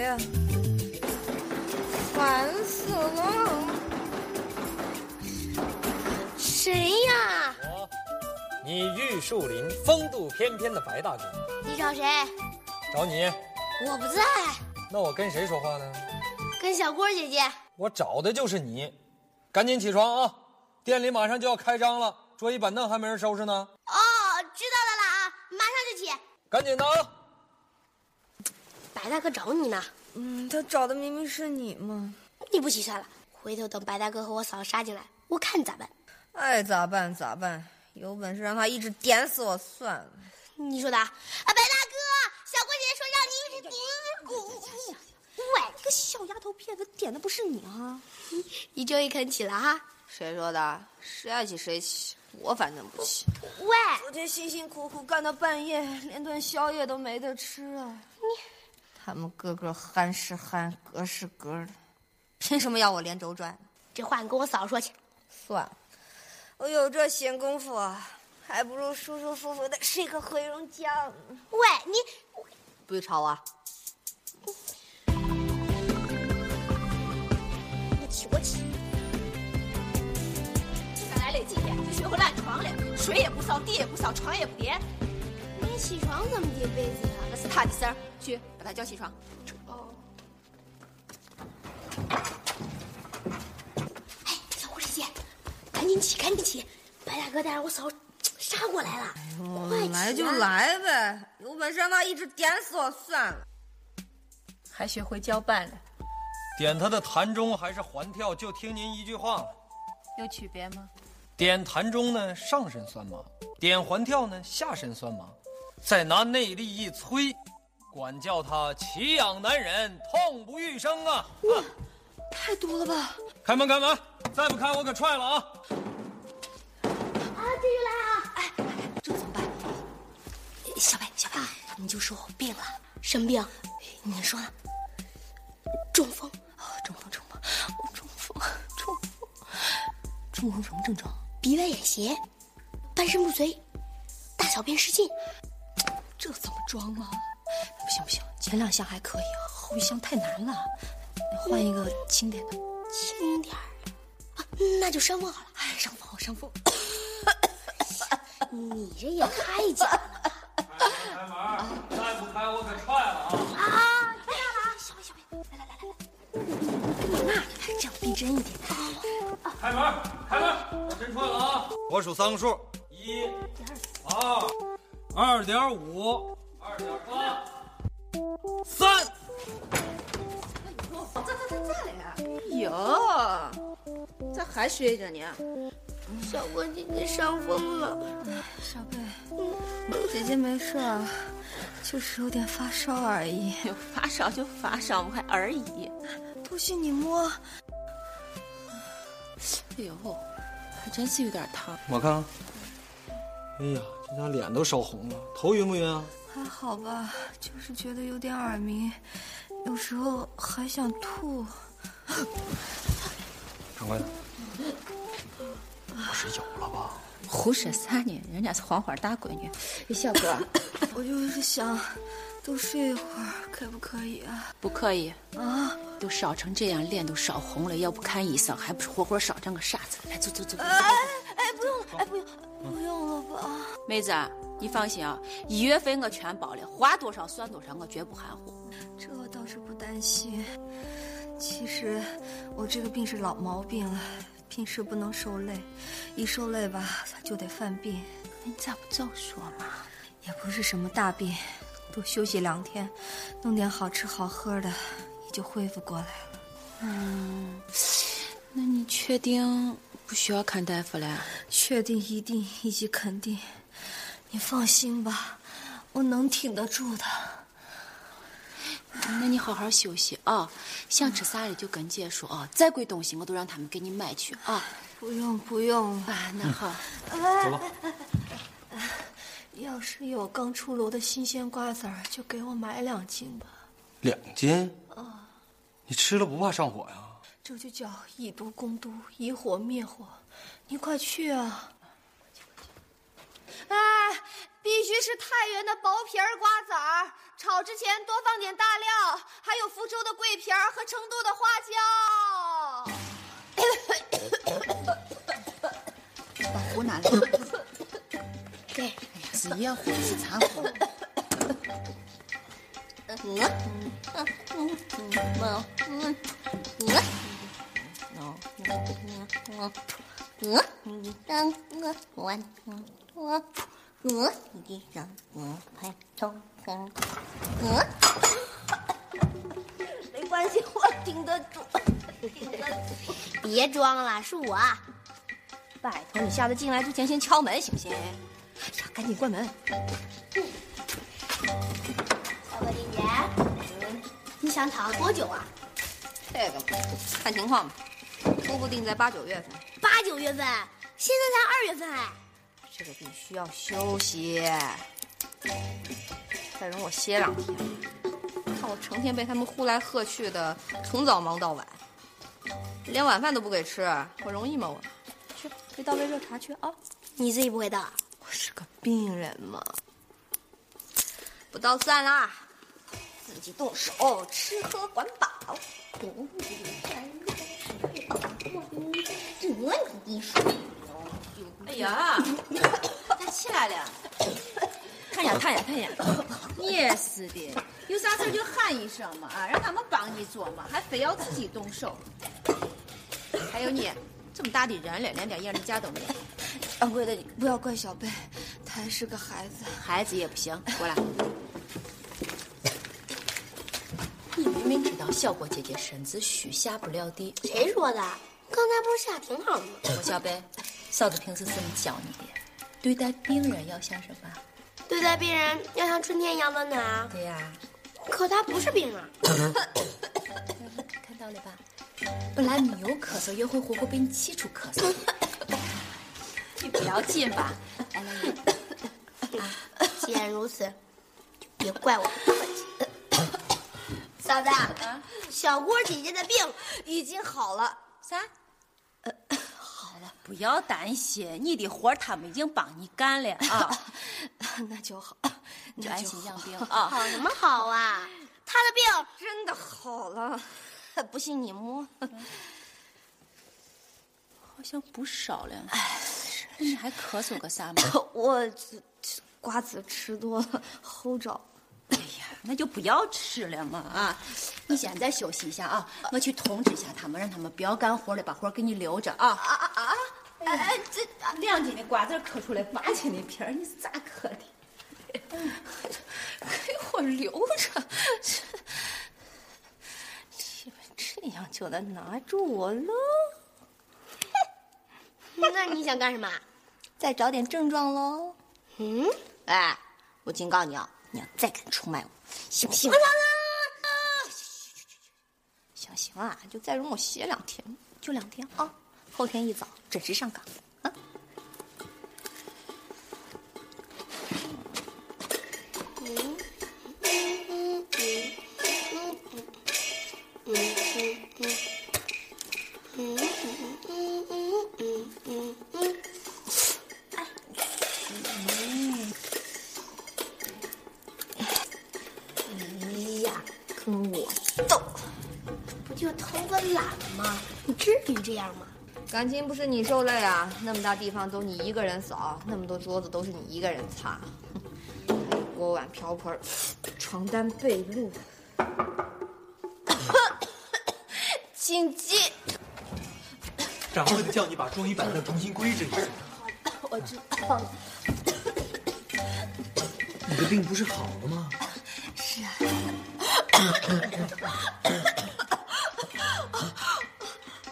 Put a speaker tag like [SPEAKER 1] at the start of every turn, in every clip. [SPEAKER 1] 呀，烦死了！
[SPEAKER 2] 谁呀？
[SPEAKER 3] 我，哦你玉树临风度翩翩的白大哥，
[SPEAKER 2] 你找谁？
[SPEAKER 3] 找你，
[SPEAKER 2] 我不在，
[SPEAKER 3] 那我跟谁说话呢？
[SPEAKER 2] 跟小郭姐哦姐。
[SPEAKER 3] 我找的就是你，赶紧起床啊！店里马上就要开张了，桌椅板凳还没人收拾呢，
[SPEAKER 2] 哦，知道了啦啊，马上就起。
[SPEAKER 3] 赶紧的啊！
[SPEAKER 2] 白大哥找你呢，
[SPEAKER 1] 嗯，他找的明明是你嘛，
[SPEAKER 2] 你不起算了。回头等白大哥和我嫂杀进来，我看咋办。
[SPEAKER 1] 爱哎咋办咋办，有本事让他一直点死我算了。
[SPEAKER 2] 你说的啊，啊白大哥，小郭姐姐说让你一直顶。喂，
[SPEAKER 4] 这个小丫头片子点的不是你啊！
[SPEAKER 2] 你终于肯起了哈。
[SPEAKER 5] 谁说的？谁爱起谁起，我反正不起。
[SPEAKER 2] 喂，
[SPEAKER 1] 昨天辛辛苦苦干到半夜，连顿宵夜都没得吃啊！
[SPEAKER 4] 他们个个憨是憨，格是格的，凭什么要我连轴转？
[SPEAKER 2] 这话你跟我嫂说去。
[SPEAKER 1] 算了，我有这闲工夫啊，还不如舒舒服服的睡个回笼觉呢。
[SPEAKER 2] 喂，你
[SPEAKER 5] 不许吵啊！
[SPEAKER 2] 我起我起，
[SPEAKER 4] 再来累几天，就学会烂床了，水也不烧，地也不扫，床也不叠。
[SPEAKER 2] 没嗯起床怎么叠被子呀？
[SPEAKER 4] 那是他的事儿，去把他叫起床。
[SPEAKER 2] 哎，小郭姐姐，赶紧起，赶紧起！白大哥带着我嫂杀过来了，快起
[SPEAKER 1] 来就
[SPEAKER 2] 啊！
[SPEAKER 1] 来呗，有本事让他一直点死我算了。
[SPEAKER 4] 还学会交伴了，
[SPEAKER 3] 点他的弹钟还是环跳，就听您一句话了。
[SPEAKER 4] 有区别吗？
[SPEAKER 3] 点弹钟呢，上身酸麻；点环跳呢，下身酸麻。再拿内力一催，管叫他奇痒难忍，痛不欲生啊！啊
[SPEAKER 4] 太多了吧？
[SPEAKER 3] 开门，开门！再不开我可踹了啊！
[SPEAKER 2] 啊，这就来啊！哎，
[SPEAKER 4] 这怎么办？
[SPEAKER 2] 小白，小白，你就说我病了，什么病？
[SPEAKER 4] 你说呢？
[SPEAKER 2] 中风。
[SPEAKER 4] 哦中风，中风，我中风，中风，中风什么症状？
[SPEAKER 2] 鼻外眼斜，半身不遂，大小便失禁。
[SPEAKER 4] 这怎么装啊？不行不行，前两项还可以，啊后一项太难了，换一个轻点的。
[SPEAKER 2] 轻点儿啊，那就伤风好了。啊
[SPEAKER 4] 哎，上风上风，
[SPEAKER 2] 你这也太假了
[SPEAKER 3] 开门，再不开我可踹了啊！
[SPEAKER 2] 啊！知道了啊，小白，小白，来来来来，
[SPEAKER 4] 这样逼真一点。
[SPEAKER 3] 开门，开门！我真踹了啊！我数三个数：一、二、二点五、二点八、三。
[SPEAKER 4] 哦
[SPEAKER 5] 哟，咋还睡着
[SPEAKER 4] 啊
[SPEAKER 5] 呢？
[SPEAKER 2] 小郭姐姐伤风了。
[SPEAKER 4] 哎小贝，姐姐没事啊，就是有点发烧而已。
[SPEAKER 5] 发烧就发烧嘛，还而已。
[SPEAKER 4] 不信你摸，
[SPEAKER 5] 哎呦，还真是有点烫。
[SPEAKER 3] 我看看，哎呀，这家脸都烧红了，头晕不晕啊？
[SPEAKER 4] 还好吧，就是觉得有点耳鸣，有时候还想 吐。
[SPEAKER 3] 掌柜的，我是有了吧？
[SPEAKER 6] 胡说啥呢？人家是黄花大闺女。小哥，
[SPEAKER 4] 我就是想多睡一会儿，可不可以啊？
[SPEAKER 6] 不可以，
[SPEAKER 4] 啊，
[SPEAKER 6] 都烧成这样，脸都烧红了，要不看医生，还不是活活烧成个傻子？来，走走走。
[SPEAKER 4] 哎，不用了，哎，不用，不用了吧？
[SPEAKER 6] 妹子啊，你放心啊，医药费我全包了，花多少算多少，我绝不含糊。
[SPEAKER 4] 这我倒是不担心。其实我这个病是老毛病了，平时不能受累，一受累吧就得犯病，
[SPEAKER 6] 你咋不早说嘛？
[SPEAKER 4] 也不是什么大病，多休息两天，弄点好吃好喝的，也就恢复过来了。
[SPEAKER 6] 那你确定不需要看大夫了？
[SPEAKER 4] 确定一定以及肯定，你放心吧，我能挺得住的。
[SPEAKER 6] 那你好好休息啊，想吃啥了就跟姐说啊，再贵东西我都让他们给你买去啊。
[SPEAKER 4] 不用不用，
[SPEAKER 6] 啊，那好，
[SPEAKER 3] 走吧，
[SPEAKER 4] 要是有刚出炉的新鲜瓜子儿，就给我买两斤吧。
[SPEAKER 3] 两斤。你吃了不怕上火呀？
[SPEAKER 4] 这就叫以毒攻毒，以火灭火。你快去啊！
[SPEAKER 1] 哎，必须是太原的薄皮儿瓜子儿，
[SPEAKER 4] 炒之前多放点大料，还有福州的桂皮儿和成都的花椒。
[SPEAKER 7] 把壶拿来。对，哎呀，是夜壶，是茶壶。
[SPEAKER 1] 没关系，我顶得住。
[SPEAKER 2] 别装了，是我。
[SPEAKER 4] 拜托你下次进来之前先敲门行不行？
[SPEAKER 1] 呀，赶紧关门！
[SPEAKER 2] 小果姐姐，嗯你想炒多久啊？
[SPEAKER 4] 这个嘛看情况吧，初步定在八九月份。
[SPEAKER 2] 八九月份，现在才二月份哎。
[SPEAKER 4] 这个病需要休息，再容我歇两天。看我成天被他们呼来喝去的，从早忙到晚，连晚饭都不给吃，我容易吗？我去给倒杯热茶去啊！
[SPEAKER 2] 你自己不会倒，
[SPEAKER 4] 我是个病人嘛，不到算啦，自己动手，吃喝管饱。哎呀，干起来了！看呀看呀看呀！
[SPEAKER 8] 也是的，有啥事儿就喊一声嘛啊，让他们帮你做嘛，还非要自己动手。还有你，这么大的人了，连点样儿的家都没有，
[SPEAKER 9] 掌柜的，你不要怪小贝，他还是个孩子。
[SPEAKER 7] 孩子也不行，过来。你明明知道小郭姐姐身子虚，下不了地。
[SPEAKER 2] 谁说的？刚才不是下挺好的吗？
[SPEAKER 7] 我小贝，嫂子平时是这么教你的，对待病人要像什么？
[SPEAKER 2] 对待病人要像春天一样温暖啊。
[SPEAKER 7] 对呀、
[SPEAKER 2] 可他不是病啊，
[SPEAKER 7] 看到了吧？本来没有咳嗽，也会活活被你气出咳嗽。你不要紧吧？来来来，
[SPEAKER 2] 既然如此，就别怪我不客气。 嫂子，啊小郭姐姐的病已经好了。
[SPEAKER 8] 啥？呃 好了，不要担心，你的活儿他们已经帮你干了啊，
[SPEAKER 9] 那就好，
[SPEAKER 7] 你就
[SPEAKER 9] 那
[SPEAKER 7] 安
[SPEAKER 9] 就
[SPEAKER 7] 心
[SPEAKER 9] 好。
[SPEAKER 7] 养 病啊！
[SPEAKER 2] 好什么好啊？ 他的病
[SPEAKER 1] 真的 好了，不信你摸。
[SPEAKER 7] 好像不少了。
[SPEAKER 8] 哎
[SPEAKER 7] 你还咳嗽个啥嘛？
[SPEAKER 1] 我这这瓜子吃多 了，齁着。
[SPEAKER 8] 那就不要吃了嘛啊！你现在休息一下啊，我去通知一下他们，让他们不要干活了，把活儿给你留着啊。啊啊啊！哎，这两斤的瓜子儿嗑出来八斤的皮儿，你是咋嗑的？
[SPEAKER 7] 给我留着。
[SPEAKER 1] 这样就能拿住我了。
[SPEAKER 2] 那你想干什么？啊
[SPEAKER 1] 再找点症状喽。
[SPEAKER 2] 嗯，
[SPEAKER 4] 哎，我警告你啊，你要再敢出卖我，信不信？
[SPEAKER 1] 想行啊，就再容我歇两天，就两天啊。后天一早准时上岗。
[SPEAKER 2] 不就头发懒吗？你至于这样吗？
[SPEAKER 4] 感情不是你受累啊，那么大地方都你一个人扫，那么多桌子都是你一个人擦，还有锅碗瓢盆儿、床单被褥。
[SPEAKER 1] 谨记，
[SPEAKER 3] 掌柜的叫你把桌椅板凳重新规整一下。我知道了。你的病不是好了吗？是啊。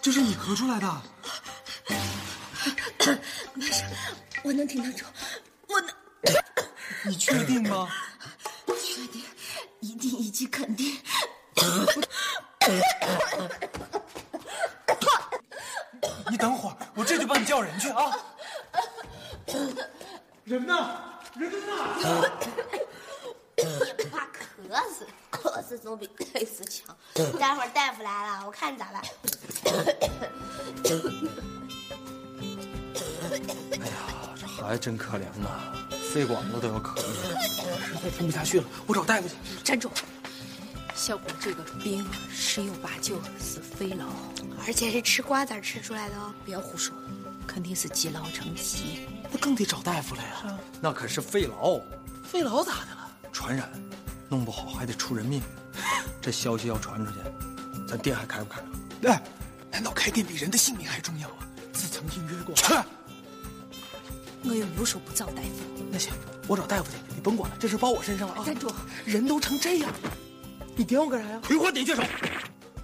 [SPEAKER 3] 这是你咳出来的？
[SPEAKER 9] 我能挺得住，
[SPEAKER 3] 你确定吗？
[SPEAKER 9] 一定一击肯定。
[SPEAKER 3] 你等会儿，我这就帮你叫人去啊！人呢？人呢？
[SPEAKER 2] 怕渴死，渴死总比累死强。待会儿大夫来了，我看咋办。
[SPEAKER 10] 哎呀，这孩子真可怜呐，肺管子都要咳了，实在听不下去了，我找大夫去。
[SPEAKER 6] 站住！小果这个病十有八九是肺痨，
[SPEAKER 2] 而且是吃瓜子儿吃出来的哦。
[SPEAKER 6] 不要胡说，肯定是积劳成疾。
[SPEAKER 10] 那更得找大夫了呀。
[SPEAKER 3] 那可是肺痨，
[SPEAKER 10] 肺痨咋的了？
[SPEAKER 3] 传染，弄不好还得出人命。这消息要传出去，咱店还开不开啊了？
[SPEAKER 10] 哎，难道开店比人的性命还重要啊？自曾听约过。去！
[SPEAKER 6] 我又无说不找大夫。
[SPEAKER 10] 那行，我找大夫去，你甭管了，这事包我身上了啊。
[SPEAKER 6] 站住！
[SPEAKER 10] 人都成这样，你点我干啥呀？
[SPEAKER 3] 葵花点穴手。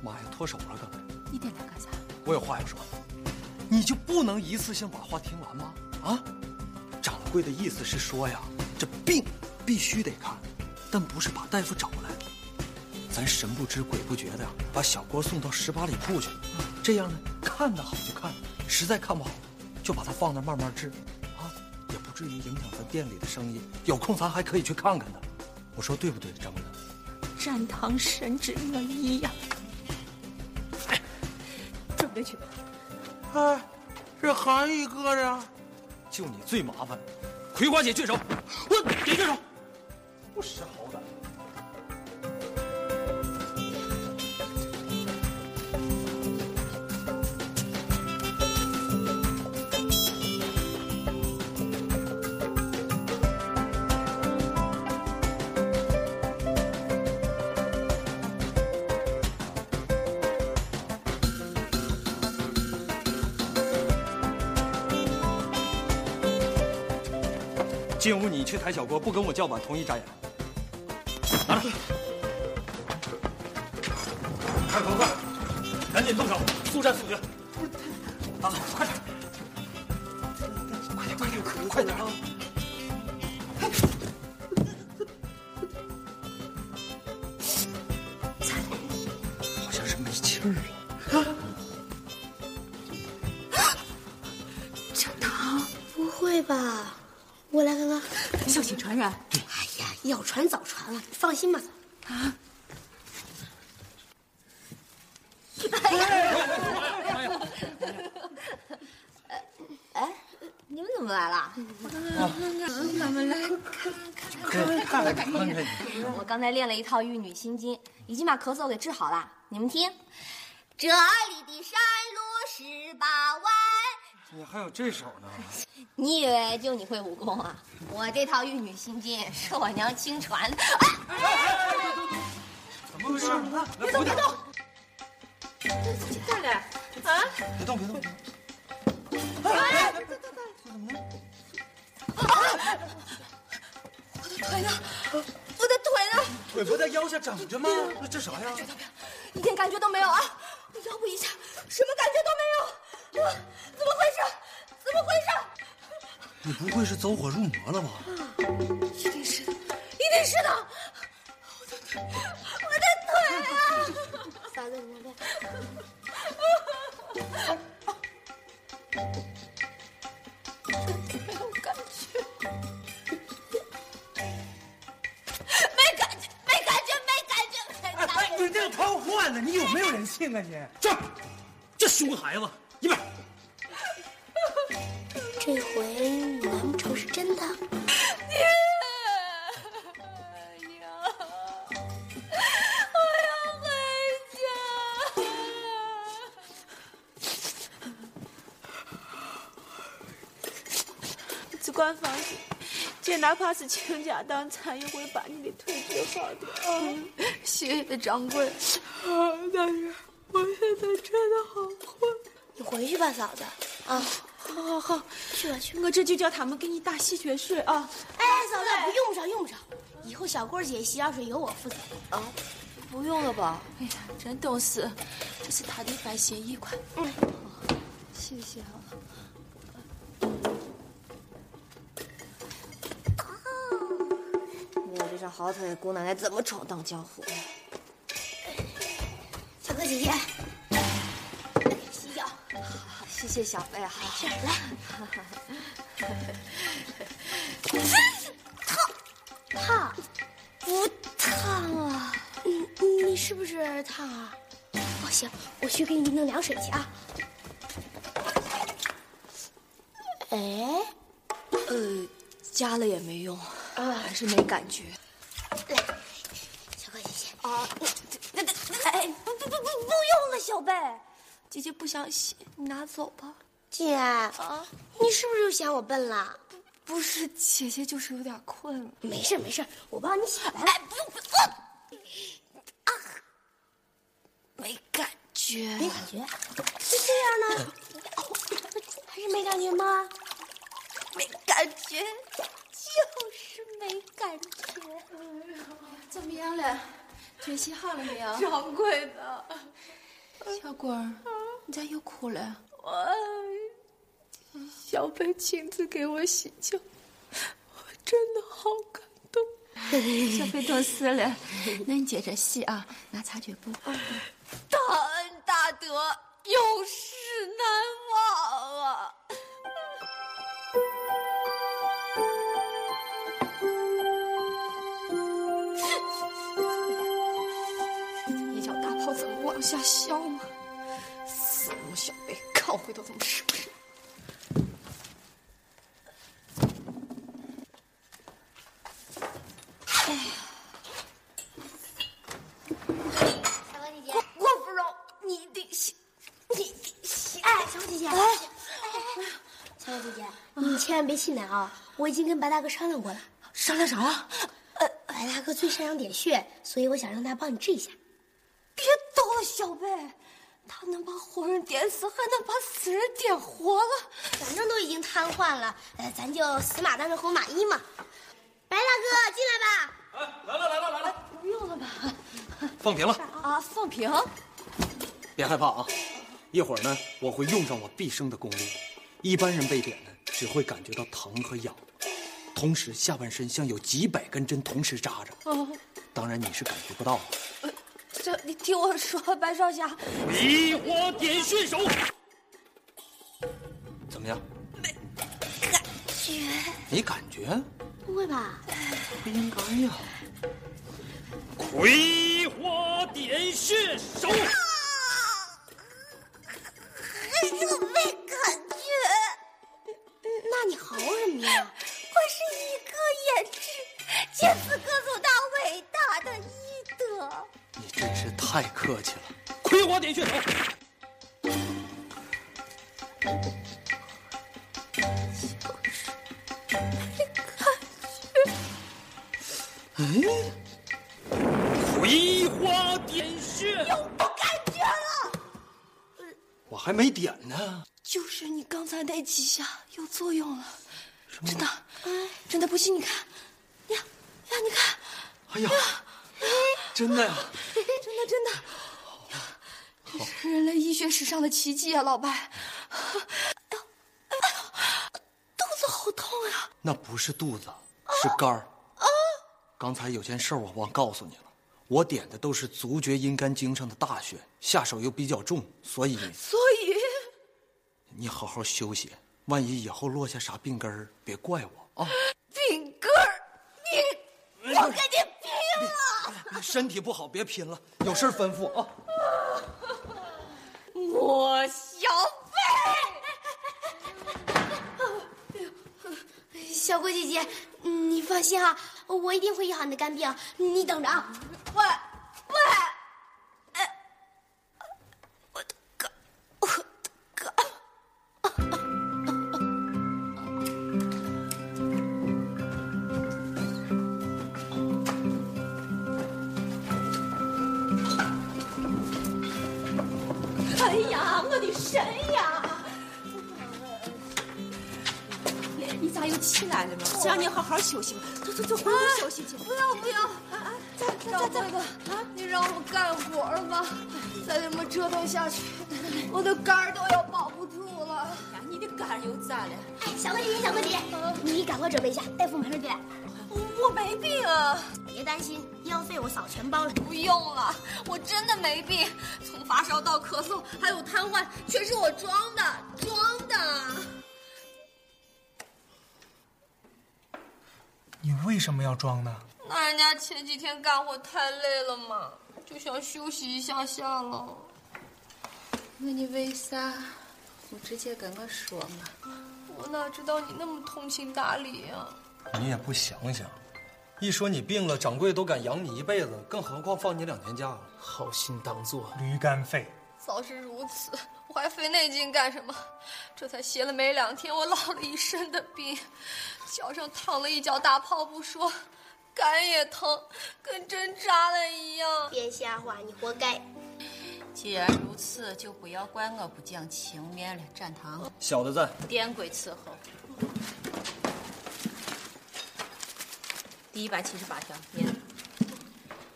[SPEAKER 3] 妈呀，脱手了刚才。
[SPEAKER 6] 你点他干啥？
[SPEAKER 3] 我有话要说，你就不能一次性把话听完吗？啊，掌柜的意思是说呀，这病必须得看，但不是把大夫找来，咱神不知鬼不觉的呀，把小郭送到十八里铺去，这样呢，看得好就看，实在看不好，就把他放那儿慢慢治，啊，也不至于影响咱店里的生意。有空咱还可以去看看他，我说对不对，掌柜的？
[SPEAKER 6] 战堂神之恶医呀！准备去吧。
[SPEAKER 10] 哎，这韩愈哥呀，
[SPEAKER 3] 就你最麻烦，葵花姐聚手，我点穴手。不识好歹。进屋你去抬小锅，不跟我叫板，同一眨眼。拿着，快快快，赶紧动手，速战速决。大嫂，快点，快点，快点，快点啊！好像是没气儿了。
[SPEAKER 2] 不会吧？我来看看。
[SPEAKER 6] 小心传染。
[SPEAKER 2] 哎呀，要传早传了，你放心吧。
[SPEAKER 1] 你们怎么来了？
[SPEAKER 3] 看看看看，
[SPEAKER 1] 我刚才练了一套玉女心经，已经把咳嗽给治好了。你们听，这里的山路十八弯，
[SPEAKER 3] 你还有这手呢？
[SPEAKER 1] 你以为就你会武功啊？我这套玉女心经是我娘亲传的。啊
[SPEAKER 3] 怎么回事？别动，别动！大点啊！别动，别动！
[SPEAKER 1] 我的腿呢？
[SPEAKER 3] 腿不在腰下整着吗？那这啥呀？
[SPEAKER 1] 一点感觉都没有啊！我腰部以下什么感觉都没有，啊，怎么回事？怎么回事？
[SPEAKER 3] 你不会是走火入魔了吧？
[SPEAKER 1] 一定是的，我的腿，我的腿啊！
[SPEAKER 2] 嫂子，你来来。
[SPEAKER 1] 没感觉，没感觉，没感觉，没感觉。
[SPEAKER 10] 你这个偷换呢？你有没有人性啊你？
[SPEAKER 3] 这这熊孩子，一边
[SPEAKER 2] 这回难不成是真的？
[SPEAKER 1] 娘，我要回家。
[SPEAKER 11] 只管放心，姐哪怕是倾家荡产，也会把你的腿治好的。
[SPEAKER 5] 谢谢掌柜。
[SPEAKER 11] 啊，但是我现在真的好困。
[SPEAKER 2] 你回去吧，嫂子。啊，
[SPEAKER 11] 好好好，
[SPEAKER 2] 去吧去吧。
[SPEAKER 11] 我这就叫他们给你打洗血水啊。
[SPEAKER 2] 哎，嫂子，不用不着，用不着。以后小郭姐洗脚水由我负责。
[SPEAKER 5] 不用了吧？
[SPEAKER 11] 哎呀，真懂事，这是他的白协议款。
[SPEAKER 5] 嗯谢谢啊。
[SPEAKER 1] 没有这双好腿，姑奶奶怎么闯荡江湖？
[SPEAKER 2] 小郭姐姐，洗脚。
[SPEAKER 1] 谢谢小
[SPEAKER 5] 啊
[SPEAKER 1] 贝哈。
[SPEAKER 2] 烫，不烫啊？嗯，你是不是烫啊？哦，行，我去给你弄凉水去啊。哎，
[SPEAKER 4] 呃，加了也没用，还是没感觉。
[SPEAKER 2] 小怪姐姐，
[SPEAKER 4] 啊，那那那哎，不不不不不用了，小贝，姐姐不想洗，你拿走吧。
[SPEAKER 2] 姐，啊，你是不是又嫌我笨了？
[SPEAKER 4] 不是，姐姐就是有点困了。
[SPEAKER 2] 没事儿没事儿，我帮你洗吧。
[SPEAKER 4] 哎，不用不用，啊，没感觉。
[SPEAKER 2] 没感觉，就这样呢？ 还是没感觉吗？
[SPEAKER 4] 没感觉，
[SPEAKER 2] 就是没感觉。
[SPEAKER 6] 怎么样了？觉醒好了没有？
[SPEAKER 11] 掌柜的，
[SPEAKER 6] 小棍儿，你咋又哭了？
[SPEAKER 11] 我小贝亲自给我洗脚，我真的好感动。
[SPEAKER 6] 小贝多思了，那你接着洗啊，拿擦脚布。
[SPEAKER 4] 大恩大德，永世难忘啊！
[SPEAKER 5] 一脚大炮怎么往下削嘛？死我小贝，看我回头怎么收拾！
[SPEAKER 2] 小怪姐姐，
[SPEAKER 4] 我不知道，你得洗，你得洗。
[SPEAKER 2] 哎，小怪姐姐，哎，小怪姐姐，你千万别气馁啊！我已经跟白大哥商量过了，呃
[SPEAKER 4] 商量啥？啊
[SPEAKER 2] 白大哥最擅长点穴，所以我想让他帮你治一下。
[SPEAKER 4] 别逗了，小贝，他能把活人点死，还能把死人点活了。
[SPEAKER 2] 反正都已经瘫痪了，呃，咱就死马当成活马医嘛。白大哥，进来吧。
[SPEAKER 10] 放平了，
[SPEAKER 5] 啊，放平！
[SPEAKER 10] 别害怕啊！一会儿呢，我会用上我毕生的功力。一般人被点呢，只会感觉到疼和痒，同时下半身像有几百根针同时扎着。当然你是感觉不到的。
[SPEAKER 4] 这，你听我说，白少侠，
[SPEAKER 10] 移花点穴手，怎么样？没感觉。没感觉？
[SPEAKER 2] 不会吧？
[SPEAKER 10] 不应该呀。葵花点穴手。
[SPEAKER 2] 那你嚎什么呀？
[SPEAKER 1] 我是一哥也治，见识各族大伟大的医德。
[SPEAKER 10] 你真是太客气了。葵花点穴手。哎，葵花点穴，有感觉了。我还没点呢，
[SPEAKER 4] 就是你刚才那几下有作用了，真的，真的不信你看，呀呀，你看，
[SPEAKER 10] 哎呀，真的呀、
[SPEAKER 4] 真的真的，这是人类医学史上的奇迹啊，老白，哎呦哎呦肚子好痛呀、啊
[SPEAKER 10] 那不是肚子，是肝儿。刚才有件事儿我忘告诉你了，我点的都是足厥阴肝经上的大穴，下手又比较重，所以
[SPEAKER 4] 所以
[SPEAKER 10] 你好好休息，万一以后落下啥病根儿，别怪我啊！
[SPEAKER 4] 饼干儿，你，我跟你拼了！
[SPEAKER 10] 身体不好别拼了，有事儿吩咐啊！
[SPEAKER 4] 莫小
[SPEAKER 2] 小桂姐姐，嗯你放心啊，我一定会医好你的肝病，你等着啊。
[SPEAKER 4] 喂喂，哎，我的肝，我的肝。
[SPEAKER 8] 神哎呀，我的神呀！
[SPEAKER 5] 你咋又起来了嘛？
[SPEAKER 8] 是让你好好休息吧，走走走，回屋休息去。
[SPEAKER 5] 不要不
[SPEAKER 8] 啊
[SPEAKER 5] 要！再再再再！啊你让我干活儿吧，再这么折腾下去，我的肝儿都要保不住了。
[SPEAKER 8] 呀，你的肝儿又咋了？
[SPEAKER 2] 哎，小桂姐姐，小桂姐姐，你赶快准备一下，大夫马上就来。
[SPEAKER 5] 我没病啊！
[SPEAKER 2] 别担心，医药费我嫂全包了。
[SPEAKER 5] 不用了，我真的没病，从发烧到咳嗽，还有瘫痪，全是我装的，装的。
[SPEAKER 12] 你为什么要装呢？
[SPEAKER 5] 那人家前几天干活太累了嘛，就想休息一下下了。
[SPEAKER 6] 问你为啥不直接跟我说嘛？
[SPEAKER 4] 我哪知道你那么通情达理呀、
[SPEAKER 10] 你也不想想，一说你病了，掌柜都敢养你一辈子，更何况放你两天假？好心当做
[SPEAKER 13] 驴肝肺。
[SPEAKER 4] 早是如此，我还费那劲干什么？这才歇了没两天，我落了一身的病，脚上烫了一脚大泡不说，肝也疼，跟针扎了一样。
[SPEAKER 2] 别瞎话，你活该。
[SPEAKER 8] 既然如此，就不要官恶不讲情面了。站堂，
[SPEAKER 3] 小的在，
[SPEAKER 8] 颠鬼伺候。第一百七十八条，免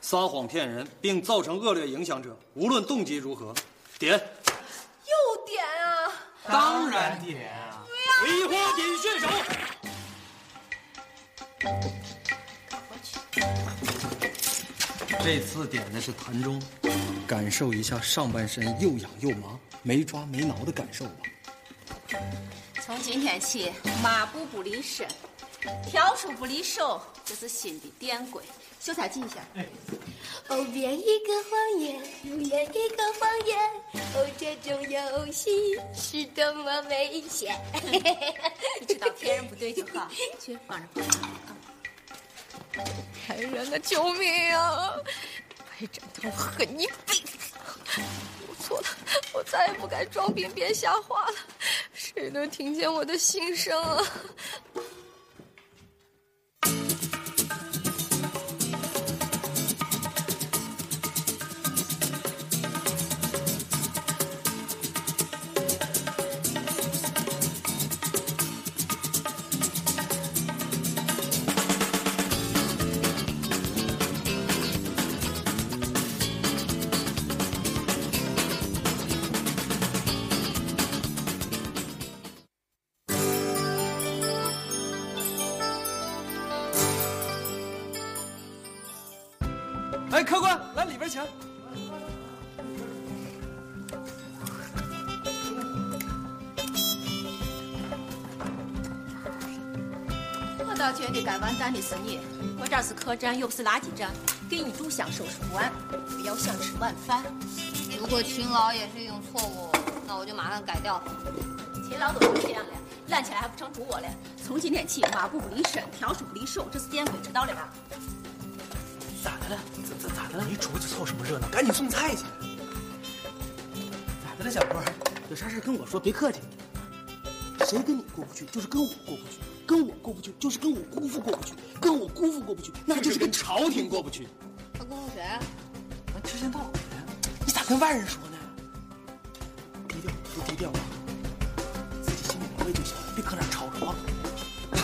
[SPEAKER 3] 撒谎骗人并造成恶劣影响者，无论动机如何，点。
[SPEAKER 4] 又点啊！
[SPEAKER 3] 当然点啊！梨花点穴手。这次点的是痰中，感受一下上半身又痒又麻、没抓没挠的感受吧。
[SPEAKER 8] 从今天起，马步不离身，笤帚不离手，这是新的典规。秀才记一下。
[SPEAKER 2] 哦，编一个谎言，又编一个谎言。哦，这种游戏是多么危险！
[SPEAKER 8] 你知道骗人不对就好。去帮着。
[SPEAKER 4] 来人啊！救命啊！白展堂，我恨你病！我错了，我再也不该装病编瞎话了。谁能听见我的心声啊？
[SPEAKER 10] 哎，客官，来里边请。
[SPEAKER 8] 我倒觉得该完蛋的是你，我这儿是客栈，又不是垃圾站，给你住想收拾不完，不要想吃晚饭。
[SPEAKER 1] 如果勤劳也是一种错误，那我就马上改掉它。
[SPEAKER 8] 勤劳都成这样了，懒起来还不成主我了？从今天起，马步不离身，笤帚不离手，这是见鬼，知道了吧？
[SPEAKER 10] 咋的了？咋咋咋的了？你出去凑什么热闹？赶紧送菜去！咋的了，小郭？有啥事跟我说，别客气。谁跟你过不去，就是跟我过不去；跟我过不去，就是跟我姑父过不去；跟我姑父过不去，那就是跟朝廷过不去。
[SPEAKER 1] 他辜负谁啊？
[SPEAKER 10] 知天到底你咋跟外人说呢？低调都低调啊，自己心里明白就行了，别搁那吵着啊。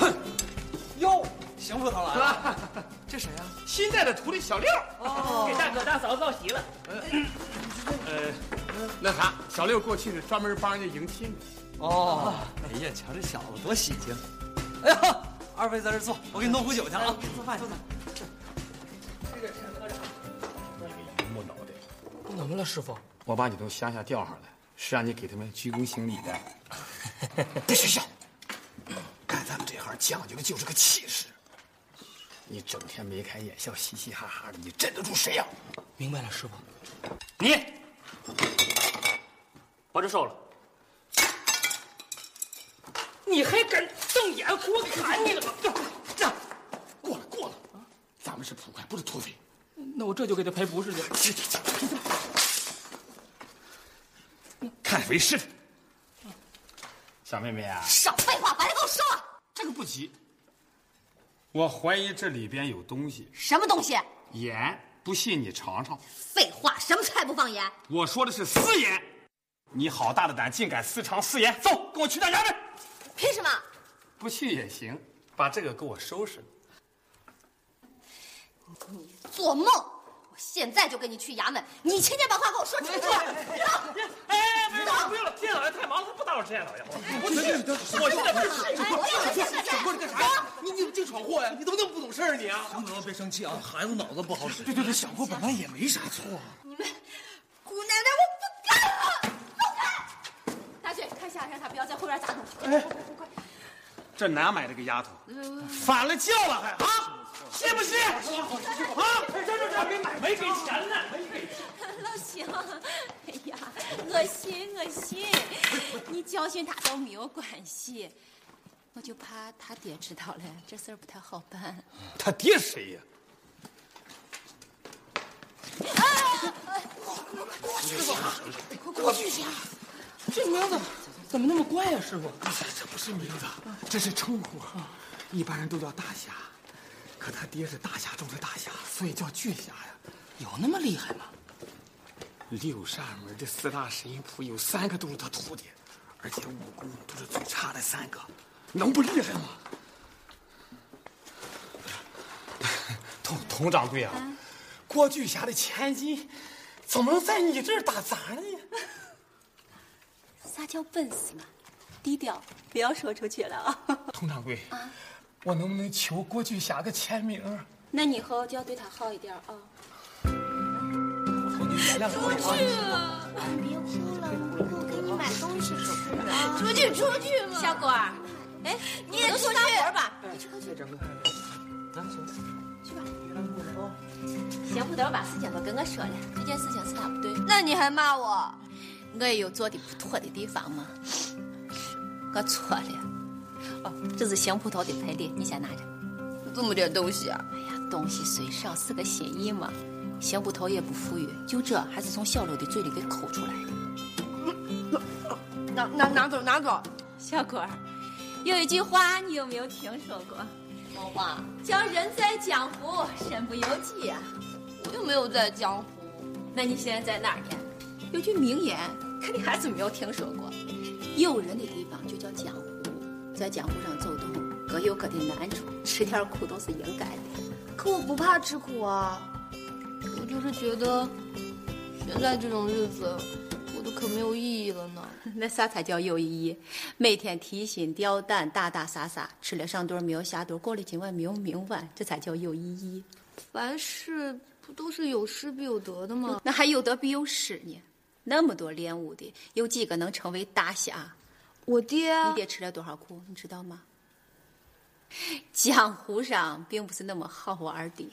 [SPEAKER 10] 哼，哟，邢副头来 了，这谁
[SPEAKER 3] 啊
[SPEAKER 10] 呀、
[SPEAKER 14] 新带的徒弟小六，给大哥大嫂造席了。嗯呃，那啥，小六过去是专门帮人家迎亲的。
[SPEAKER 10] 哦，哎呀，瞧这小子多喜庆！哎呀，二位在这儿坐，我给你弄壶酒去啊。做饭，做饭。
[SPEAKER 14] 木脑袋，怎么了，师傅？我把你都乡下调上来，是让你给他们鞠躬行礼 的。别学校，干咱们这行讲究的就是个气势。你整天眉开眼笑、嘻嘻哈哈的，你镇得住谁呀、
[SPEAKER 10] 明白了，师傅。
[SPEAKER 14] 你把这收了。你还敢瞪眼给我砍你了吗？这样，过了过了，咱们是捕快，不是土匪。那我这就给他赔不是去。看谁是。小妹妹啊，
[SPEAKER 15] 少废话，把它给我收了。
[SPEAKER 14] 这个不急。我怀疑这里边有东西，
[SPEAKER 15] 什么东西？
[SPEAKER 14] 盐，不信你尝尝。
[SPEAKER 15] 废话，什么菜不放 盐？
[SPEAKER 14] 我说的是私盐，你好大的胆，竟敢私尝私盐！走，跟我去大衙门。
[SPEAKER 15] 凭什么？
[SPEAKER 14] 不去也行，把这个给我收拾了。
[SPEAKER 15] 你做梦！我现在就跟你去衙门，你今天把话给我说清楚。
[SPEAKER 14] 哎，不用了，不用了，店老爷太忙了，他哎不打扰店老爷。我去，我现在不是
[SPEAKER 10] 小郭，你干啥呀？你你怎么净闯祸呀？你怎么那么不懂事儿你啊？行德，别生气啊，孩子脑子不好使。对对对，小郭本来也没啥错啊。
[SPEAKER 15] 姑奶奶，我不干了！
[SPEAKER 8] 大雪，看下，让他不要在后边砸东西。
[SPEAKER 14] 这哪买的个丫头？反了教了还啊？信不信？啊？这这这没买没给钱呢，没给钱。
[SPEAKER 8] 啊老乡，哎呀，恶心恶心！你教挑选他都没有关系。我就怕他爹知道了，这事儿不太好办。
[SPEAKER 10] 他爹谁呀？
[SPEAKER 8] 师傅，
[SPEAKER 12] 过去一下。这名字怎么那么怪呀、师傅？
[SPEAKER 14] 哎这不是名字，这是称呼，啊一般人都叫大侠，可他爹是大侠中的大侠，所以叫倔侠呀。有那么厉害吗？六扇门的四大神谱有三个都是他徒弟，而且武功都是最差的三个，能不厉害吗？佟佟掌柜啊，郭巨侠的千金怎么能在你这儿打杂呢？
[SPEAKER 8] 啥叫本事嘛？低调，不要说出去了啊。
[SPEAKER 12] 佟掌柜，我能不能求郭巨侠个签名？
[SPEAKER 8] 那你以后就要对他好一点啊。
[SPEAKER 2] 出去！别哭了，姑姑给你买东西吃啊！
[SPEAKER 8] 出去，出去嘛！小果儿，哎，你也出去吧。
[SPEAKER 6] 小捕头把事情都跟我说了，这件事情是他不对。
[SPEAKER 5] 那你还骂我？
[SPEAKER 8] 我也有做的不妥的地方 嘛，我错了。哦，这是邢捕头的赔礼，你先拿着。
[SPEAKER 5] 这么点东西啊？
[SPEAKER 8] 哎呀，东西虽少是个心意嘛。邢捕头也不富裕，就这还是从小柳的嘴里给抠出来的。
[SPEAKER 5] 拿拿拿走，拿走。
[SPEAKER 8] 小果儿，有一句话你有没有听说过？
[SPEAKER 5] 毛妈，
[SPEAKER 8] 叫人在江湖，身不由己呀、
[SPEAKER 5] 我又没有在江湖。
[SPEAKER 8] 那你现在在哪儿呢？有句名言，肯定还是没有听说过。有人的地方就叫江湖，在江湖上走动，各有各的难处，吃点苦都是应该的。
[SPEAKER 1] 可我不怕吃苦啊。
[SPEAKER 5] 我就是觉得，现在这种日子过得可没有意义了呢。
[SPEAKER 8] 那啥才叫有意义？每天提心吊胆、打打杀杀，吃了上顿没有下顿，过了今晚没有明晚，这才叫有意义。
[SPEAKER 5] 凡事不都是有失必有得的吗？
[SPEAKER 8] 那还有得必有失呢。那么多练武的，有几个能成为大侠？
[SPEAKER 5] 我爹，
[SPEAKER 8] 你爹吃了多少苦，你知道吗？江湖上并不是那么好玩的。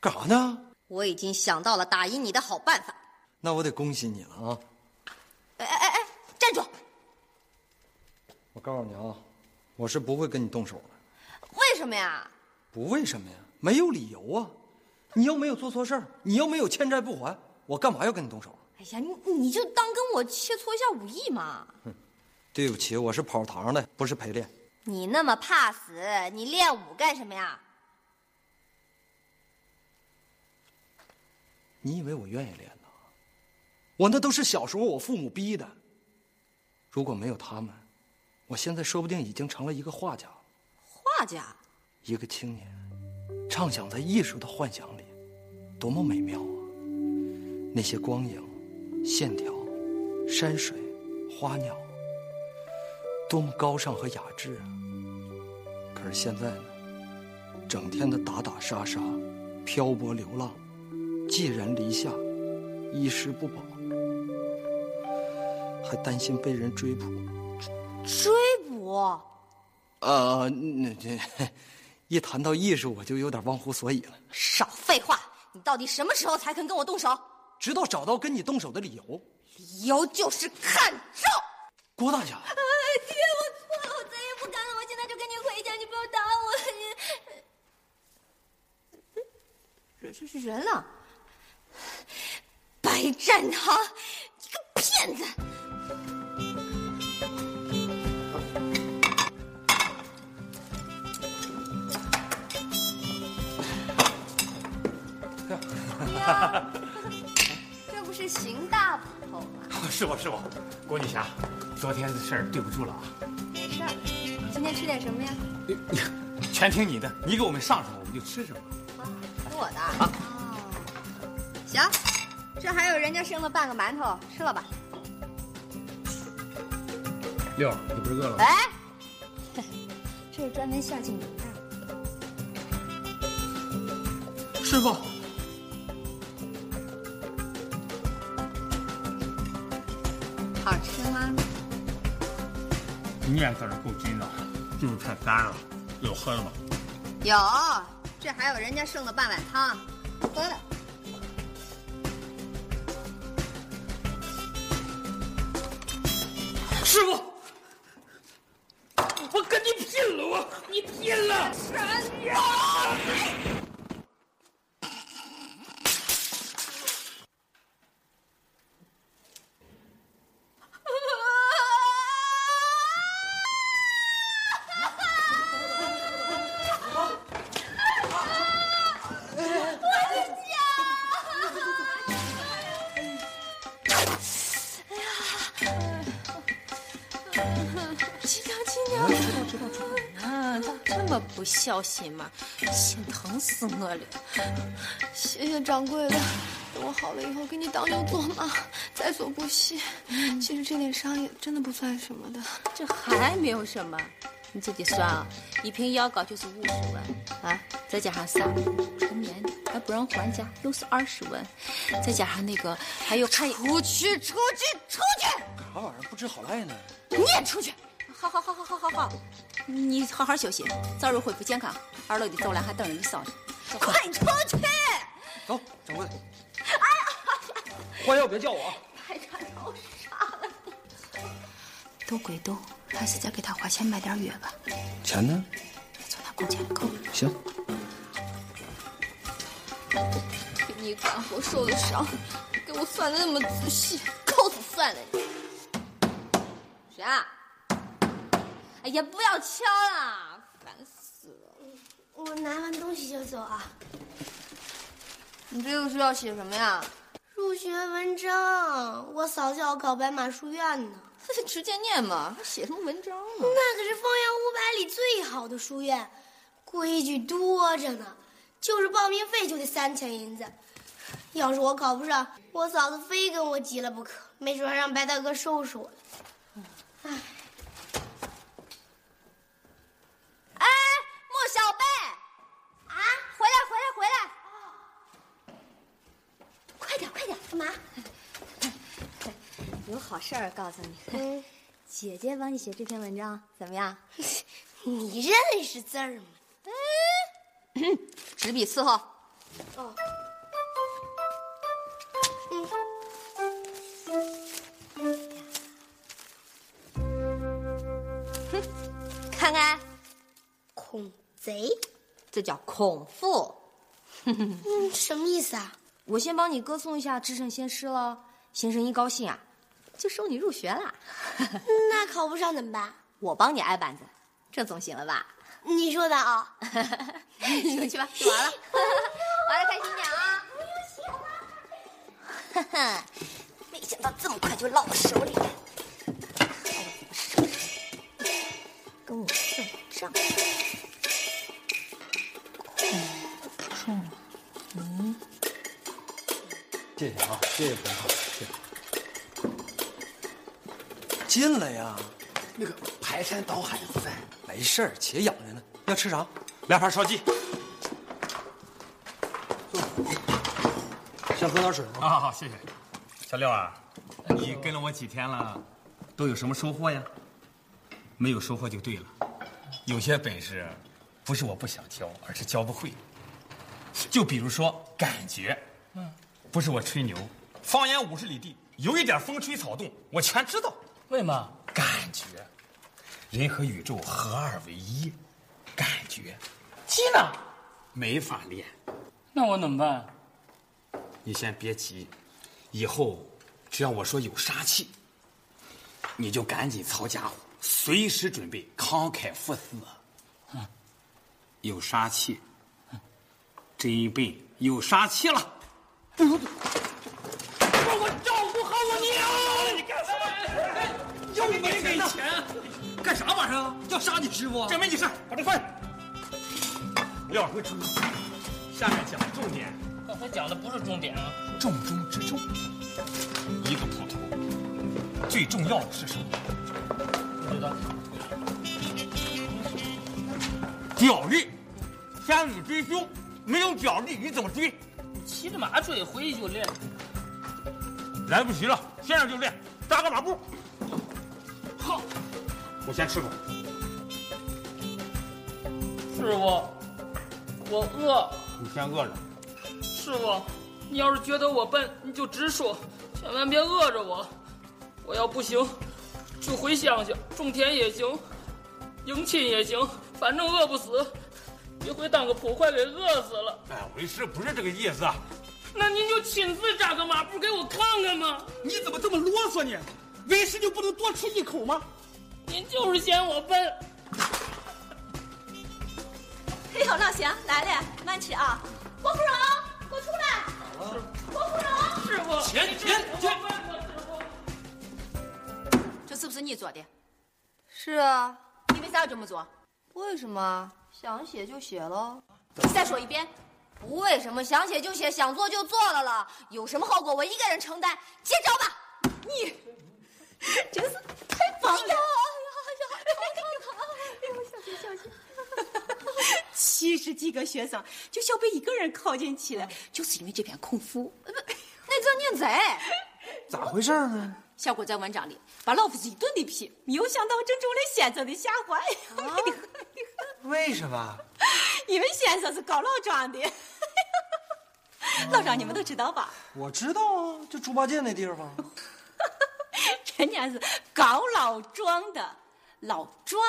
[SPEAKER 10] 干啥呢？
[SPEAKER 1] 我已经想到了打赢你的好办法。
[SPEAKER 10] 那我得恭喜你了啊！
[SPEAKER 1] 哎哎哎哎，站住！
[SPEAKER 10] 我告诉你啊，我是不会跟你动手的。
[SPEAKER 1] 为什么呀？
[SPEAKER 10] 不为什么呀？没有理由啊！你又没有做错事儿，你又没有欠债不还，我干嘛要跟你动手？啊
[SPEAKER 1] 哎呀，你你就当跟我切磋一下武艺嘛。
[SPEAKER 10] 对不起，我是跑堂的，不是陪练。
[SPEAKER 1] 你那么怕死，你练武干什么呀？
[SPEAKER 10] 你以为我愿意练呢？我那都是小时候我父母逼的。如果没有他们，我现在说不定已经成了一个画家，
[SPEAKER 1] 画家。
[SPEAKER 10] 一个青年，畅想在艺术的幻想里，多么美妙啊！那些光影、线条、山水、花鸟，多么高尚和雅致啊！可是现在呢，整天的打打杀杀，漂泊流浪，寄人篱下，衣食不保，还担心被人追捕。
[SPEAKER 1] 追捕？
[SPEAKER 10] 呃，那 这一谈到艺术，我就有点忘乎所以了。
[SPEAKER 1] 少废话！你到底什么时候才肯跟我动手？
[SPEAKER 10] 直到找到跟你动手的理由。
[SPEAKER 1] 理由就是看肉。
[SPEAKER 10] 郭大侠，
[SPEAKER 1] 哎，爹，我错了，我再也不敢了，我现在就跟你回家，你不要打我。人是人了，白占堂，你个骗子！
[SPEAKER 4] 这不是邢大捕头吗？
[SPEAKER 14] 啊是我是我，郭女侠，昨天的事儿对不住了啊，
[SPEAKER 4] 没事儿，今天吃点什么呀？
[SPEAKER 14] 全听你的，你给我们上什么我们就吃什么。
[SPEAKER 1] 是我的啊。行，这还有人家剩了半个馒头，吃了吧。
[SPEAKER 14] 六，你不是饿了？
[SPEAKER 1] 哎，
[SPEAKER 2] 这是专门孝敬你爸。
[SPEAKER 10] 师傅，
[SPEAKER 4] 好吃吗？
[SPEAKER 14] 面可是够筋的，就是嗯太干了。有喝的吗？
[SPEAKER 4] 有，这还有人家剩的半碗汤，喝了。
[SPEAKER 10] 师傅，我跟你拼了！我，你拼了！
[SPEAKER 16] 神呀！
[SPEAKER 8] 亲娘，亲娘，知道知道知道，啊，咋这么不孝心嘛？心疼死我了！
[SPEAKER 1] 谢谢掌柜的，等我好了以后给你当牛做马，在所不惜。其实这点伤也真的不算什么的。
[SPEAKER 8] 这还没有什么，你自己算啊，一瓶药膏就是五十文啊，再加上三成年还不让还价，又是二十文，再加上那个还有看出去出去出去，
[SPEAKER 10] 啥玩意儿不知好赖呢？
[SPEAKER 8] 你也出去。好好好好好好好，你好好休息，早日恢复健康。二楼的走廊还等着你嫂子。快出去！
[SPEAKER 10] 走，掌柜的。换药别叫我啊！
[SPEAKER 16] 太差着
[SPEAKER 8] 都归都，还是再给他花钱买点药吧。
[SPEAKER 10] 钱呢？
[SPEAKER 8] 从他工钱扣。
[SPEAKER 10] 行，
[SPEAKER 1] 给你干活啊受的伤，给我算的那么仔细，扣死算了你。
[SPEAKER 4] 谁啊？哎呀，不要敲啦，烦死了！
[SPEAKER 2] 我拿完东西就走啊。
[SPEAKER 4] 你这个是要写什么呀？
[SPEAKER 2] 入学文章，我嫂子要考白马书院呢。
[SPEAKER 4] 直接念嘛，还写什么文章啊？
[SPEAKER 2] 那可是方圆五百里最好的书院，规矩多着呢，就是报名费就得三千银子。要是我考不上，我嫂子非跟我急了不可，没准还让白大哥收拾我了。
[SPEAKER 17] 哎，莫小贝，啊，回来回来回来！
[SPEAKER 2] 哦快点快点，干嘛？
[SPEAKER 17] 有好事儿告诉你，姐姐帮你写这篇文章怎么样？
[SPEAKER 2] 你认识字儿吗？
[SPEAKER 4] 纸笔伺候。
[SPEAKER 2] 哦，
[SPEAKER 4] 看看，
[SPEAKER 2] 孔贼，
[SPEAKER 4] 这叫孔父。
[SPEAKER 2] 嗯，什么意思啊？
[SPEAKER 4] 我先帮你歌颂一下至圣先师喽。先生一高兴啊，就收你入学啦。
[SPEAKER 2] 那考不上怎么办？
[SPEAKER 4] 我帮你挨板子，这总行了吧？
[SPEAKER 2] 你说的啊、
[SPEAKER 4] 回去吧，写完了， 玩的开心点啊！
[SPEAKER 17] 哼 哼，没想到这么快就落我手里
[SPEAKER 2] 哎
[SPEAKER 17] 了，
[SPEAKER 2] 跟我算账。
[SPEAKER 8] 中了，嗯，
[SPEAKER 10] 谢谢啊，谢谢彭浩，谢谢。进来呀，那个排山倒海不在，没事儿，且养着呢。要吃啥？
[SPEAKER 18] 两盘烧鸡。
[SPEAKER 10] 想喝点水吗？
[SPEAKER 14] 啊，好，谢谢。小六啊，你跟了我几天了，都有什么收获呀？没有收获就对了，有些本事不是我不想教，而是教不会。就比如说感觉，
[SPEAKER 16] 嗯，
[SPEAKER 14] 不是我吹牛，方圆五十里地有一点风吹草动，我全知道。
[SPEAKER 3] 为嘛？
[SPEAKER 14] 感觉，人和宇宙合二为一，感觉
[SPEAKER 3] 鸡呢？
[SPEAKER 14] 啊没法练。
[SPEAKER 3] 那我怎么办？
[SPEAKER 14] 你先别急，以后只要我说有杀气，你就赶紧操家伙，随时准备慷慨赴死。啊有杀气，真笨，有杀气了。
[SPEAKER 16] 我照顾好我娘！你干什
[SPEAKER 18] 哎
[SPEAKER 16] 么？又没给钱，
[SPEAKER 18] 干啥玩意儿？要杀你师傅啊啊？这没你事，把这饭。廖会出，下面讲重点。
[SPEAKER 3] 刚才讲的不是重点啊。
[SPEAKER 14] 重中之重，一个普通，最重要的是什么？
[SPEAKER 3] 不知道。
[SPEAKER 14] 脚力，山姆追凶，没有脚力你怎么追？
[SPEAKER 19] 骑着马追，回去就练。
[SPEAKER 14] 来不及了，现在就练，扎个马步。
[SPEAKER 19] 好，
[SPEAKER 14] 我先吃口。
[SPEAKER 19] 师傅，我饿。
[SPEAKER 14] 你先饿着。
[SPEAKER 19] 师傅，你要是觉得我笨，你就直说，千万别饿着我。我要不行，就回乡去种田也行，迎亲也行，反正饿不死。别回当个捕快给饿死了。
[SPEAKER 14] 哎，为师不是这个意思啊。
[SPEAKER 19] 那您就亲自扎个马步给我看看嘛。
[SPEAKER 14] 你怎么这么啰嗦呢？为师就不能多吃一口吗？
[SPEAKER 19] 您就是嫌我笨。
[SPEAKER 8] 哎
[SPEAKER 3] 嘿呦，老乡，来了，慢吃啊！郭芙蓉，给我出来！郭芙蓉，
[SPEAKER 19] 师傅，
[SPEAKER 14] 前前前，
[SPEAKER 8] 这是不是你做的？
[SPEAKER 1] 是啊，
[SPEAKER 8] 你为啥要这么做？
[SPEAKER 1] 为什么？想写就写喽。
[SPEAKER 8] 你再说一遍。
[SPEAKER 1] 不为什么，想写就写，想做就做了了，有什么后果我一个人承担，接招吧！
[SPEAKER 3] 你真是太棒了！
[SPEAKER 20] 七十几个学生，就小贝一个人考进去了，就是因为这篇空腹。
[SPEAKER 8] 那叫念贼，
[SPEAKER 2] 哎
[SPEAKER 10] 咋回事呢？
[SPEAKER 8] 小郭在文章里把老夫子一顿的批，没有想到正中了先生的下怀。
[SPEAKER 1] 啊
[SPEAKER 10] 为什么？
[SPEAKER 8] 因为先生是搞老庄的，老庄你们都知道吧？
[SPEAKER 10] 我知道啊，就猪八戒那地方。
[SPEAKER 8] 人家是搞老庄的，老庄。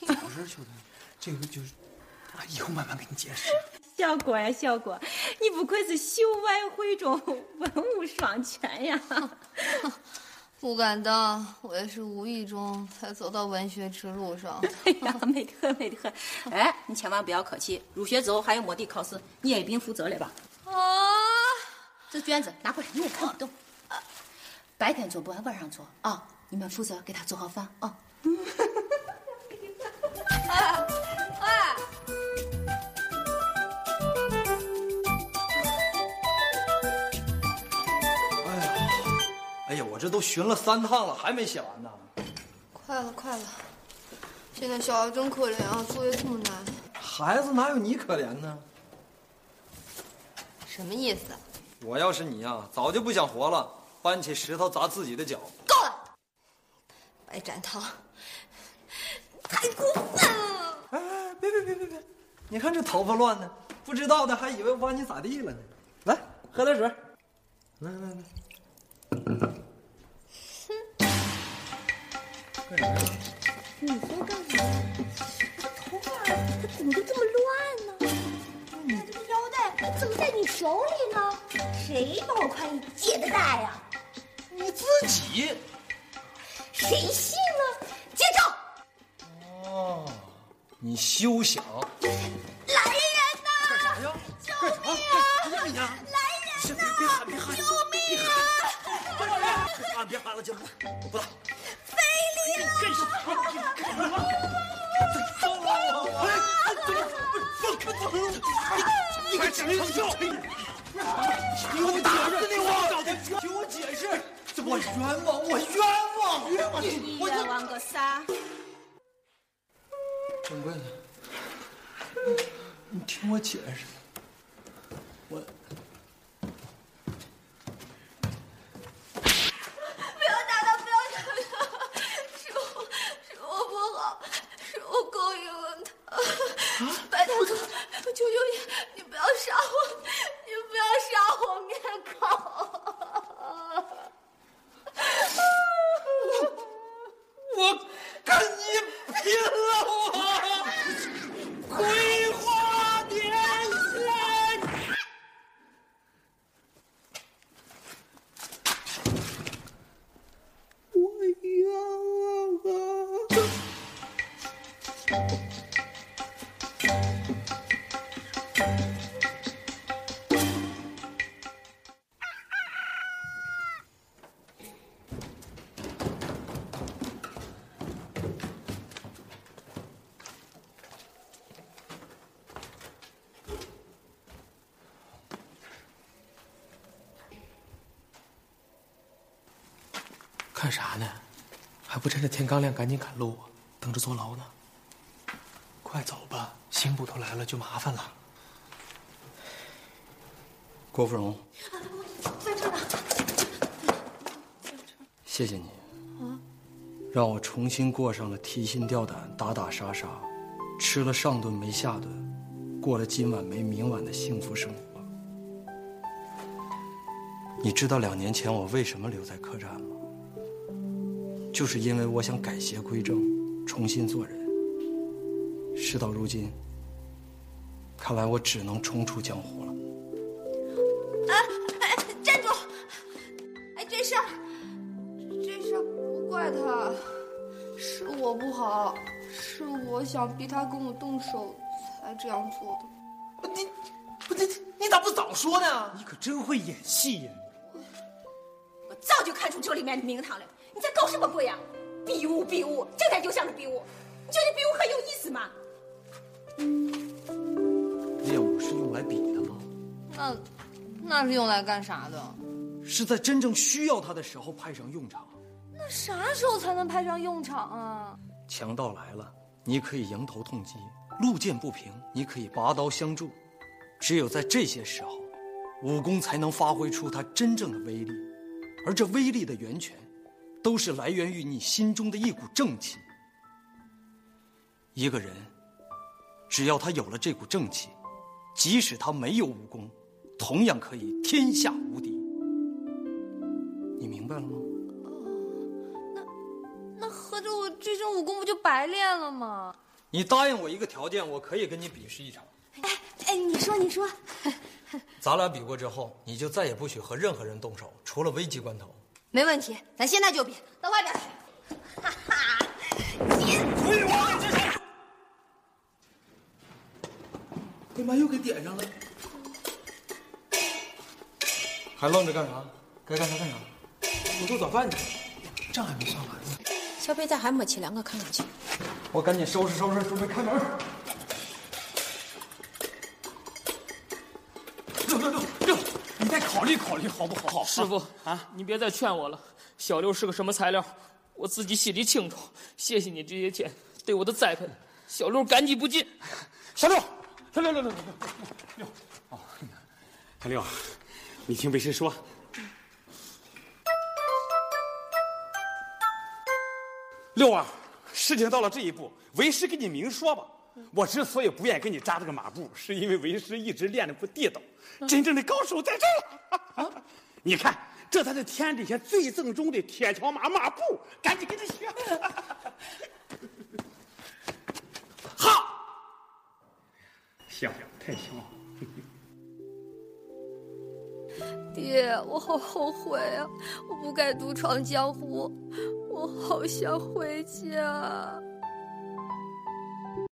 [SPEAKER 10] 不是，秋丹，这个就是，啊，以后慢慢给你解释。
[SPEAKER 8] 小郭呀，小郭，你不愧是秀外慧中，文武双全呀！
[SPEAKER 1] 不敢当，我也是无意中才走到文学之路上。
[SPEAKER 8] 哎呀，美得很，美得很。哎，你千万不要客气，入学之后还有摸底考试，你也一并负责了吧？
[SPEAKER 1] 啊，
[SPEAKER 20] 这卷子拿过来，你也看不懂。白天做不完，晚上做啊、你们负责给他做好饭啊、
[SPEAKER 10] 哎呀，我这都寻了三趟了，还没写完呢。
[SPEAKER 1] 快了，快了！现在小孩真可怜啊，作业这么难。
[SPEAKER 10] 孩子哪有你可怜呢？
[SPEAKER 1] 什么意思？
[SPEAKER 10] 我要是你呀、早就不想活了，搬起石头砸自己的脚。
[SPEAKER 1] 白展堂，
[SPEAKER 10] 太过分了！哎，别别别别别！你看这头发乱的，不知道的还以为我把你咋地了呢。来，喝点水。来来来。
[SPEAKER 3] 你在干嘛？头发怎么就这么乱呢？那这个腰带怎么在你手里呢？谁帮我宽衣解的带呀、
[SPEAKER 10] 你自己。
[SPEAKER 3] 谁信呢？接招！
[SPEAKER 10] 哦，你休想！
[SPEAKER 3] 来人呐！
[SPEAKER 10] 干啥呀？
[SPEAKER 3] 救
[SPEAKER 10] 命啊！干什么呀？来人呐！别喊！别喊！救命啊！别喊了！啊，别喊了，就我不打。
[SPEAKER 3] 飞利
[SPEAKER 10] 干什么？干什么？放了我！放开我！你你谁笑？给我打死你！我给我解释！我冤枉！我冤枉！
[SPEAKER 20] 你冤枉个啥？
[SPEAKER 10] 掌柜的，你听我解释，我
[SPEAKER 2] 不要打他，不要打他，是我，是我不好，是我勾引了他。白大哥，求求你，你不要杀我，你不要杀我灭口。
[SPEAKER 14] 我跟你拼了！ 我葵花点山。我冤枉啊！
[SPEAKER 21] 看啥呢？还不趁着天刚亮赶紧赶路啊，等着坐牢呢。
[SPEAKER 14] 快走吧，刑捕头来了就麻烦了。
[SPEAKER 22] 郭芙蓉，
[SPEAKER 23] 翻车了。
[SPEAKER 14] 谢谢你，
[SPEAKER 23] 啊，
[SPEAKER 14] 让我重新过上了提心吊胆、打打杀杀，吃了上顿没下顿，过了今晚没明晚的幸福生活。你知道两年前我为什么留在客栈吗？就是因为我想改邪归正，重新做人。事到如今，看来我只能重出江湖了。
[SPEAKER 2] 哎，站住！哎，这事儿，这事儿不怪他，是我不好，是我想逼他跟我动手才这样做的。
[SPEAKER 14] 你咋不早说呢？你可真会演戏呀！
[SPEAKER 8] 我早就看出这里面的名堂来，你在搞什么鬼呀、比武比武，整天就想着比武，你觉得比武很有意思吗？
[SPEAKER 14] 练武是用来比的吗？
[SPEAKER 2] 那那是用来干啥的？
[SPEAKER 14] 是在真正需要它的时候派上用场。
[SPEAKER 2] 那啥时候才能派上用场啊？
[SPEAKER 14] 强盗来了，你可以迎头痛击；路见不平，你可以拔刀相助。只有在这些时候，武功才能发挥出它真正的威力，而这威力的源泉，都是来源于你心中的一股正气。一个人，只要他有了这股正气，即使他没有武功，同样可以天下无敌。你明白了吗？
[SPEAKER 2] 那合着我这身武功不就白练了吗？
[SPEAKER 14] 你答应我一个条件，我可以跟你比试一场。
[SPEAKER 2] 哎，你说，你说，
[SPEAKER 14] 咱俩比过之后，你就再也不许和任何人动手，除了危急关头。
[SPEAKER 2] 没问题，咱现在就比，到外边去。
[SPEAKER 22] 哎妈，又给点上了，还愣着干啥？该干啥干啥。我做早饭去，账还没算完呢。
[SPEAKER 24] 小贝咋还没起来？我看看去。
[SPEAKER 22] 我赶紧收拾收拾，准备开门。
[SPEAKER 19] 六六六六，你再考虑考虑好不好？师傅啊，您别再劝我了。小六是个什么材料，我自己心里清楚。谢谢你这些天对我的栽培，小六感激不尽。小六，小六六六六六，
[SPEAKER 10] 大哦六，你听北师说，六啊，事情到了这一步，为师跟你明说吧。我之所以不愿意跟你扎这个马步，是因为为师一直练的不地道。真正的高手在这儿了， 你看，这才是天底下最正宗的铁桥马马步，赶紧跟他学。 好，像太像了。
[SPEAKER 25] 爹，我好后悔啊！我不该独闯江湖，我好想回家。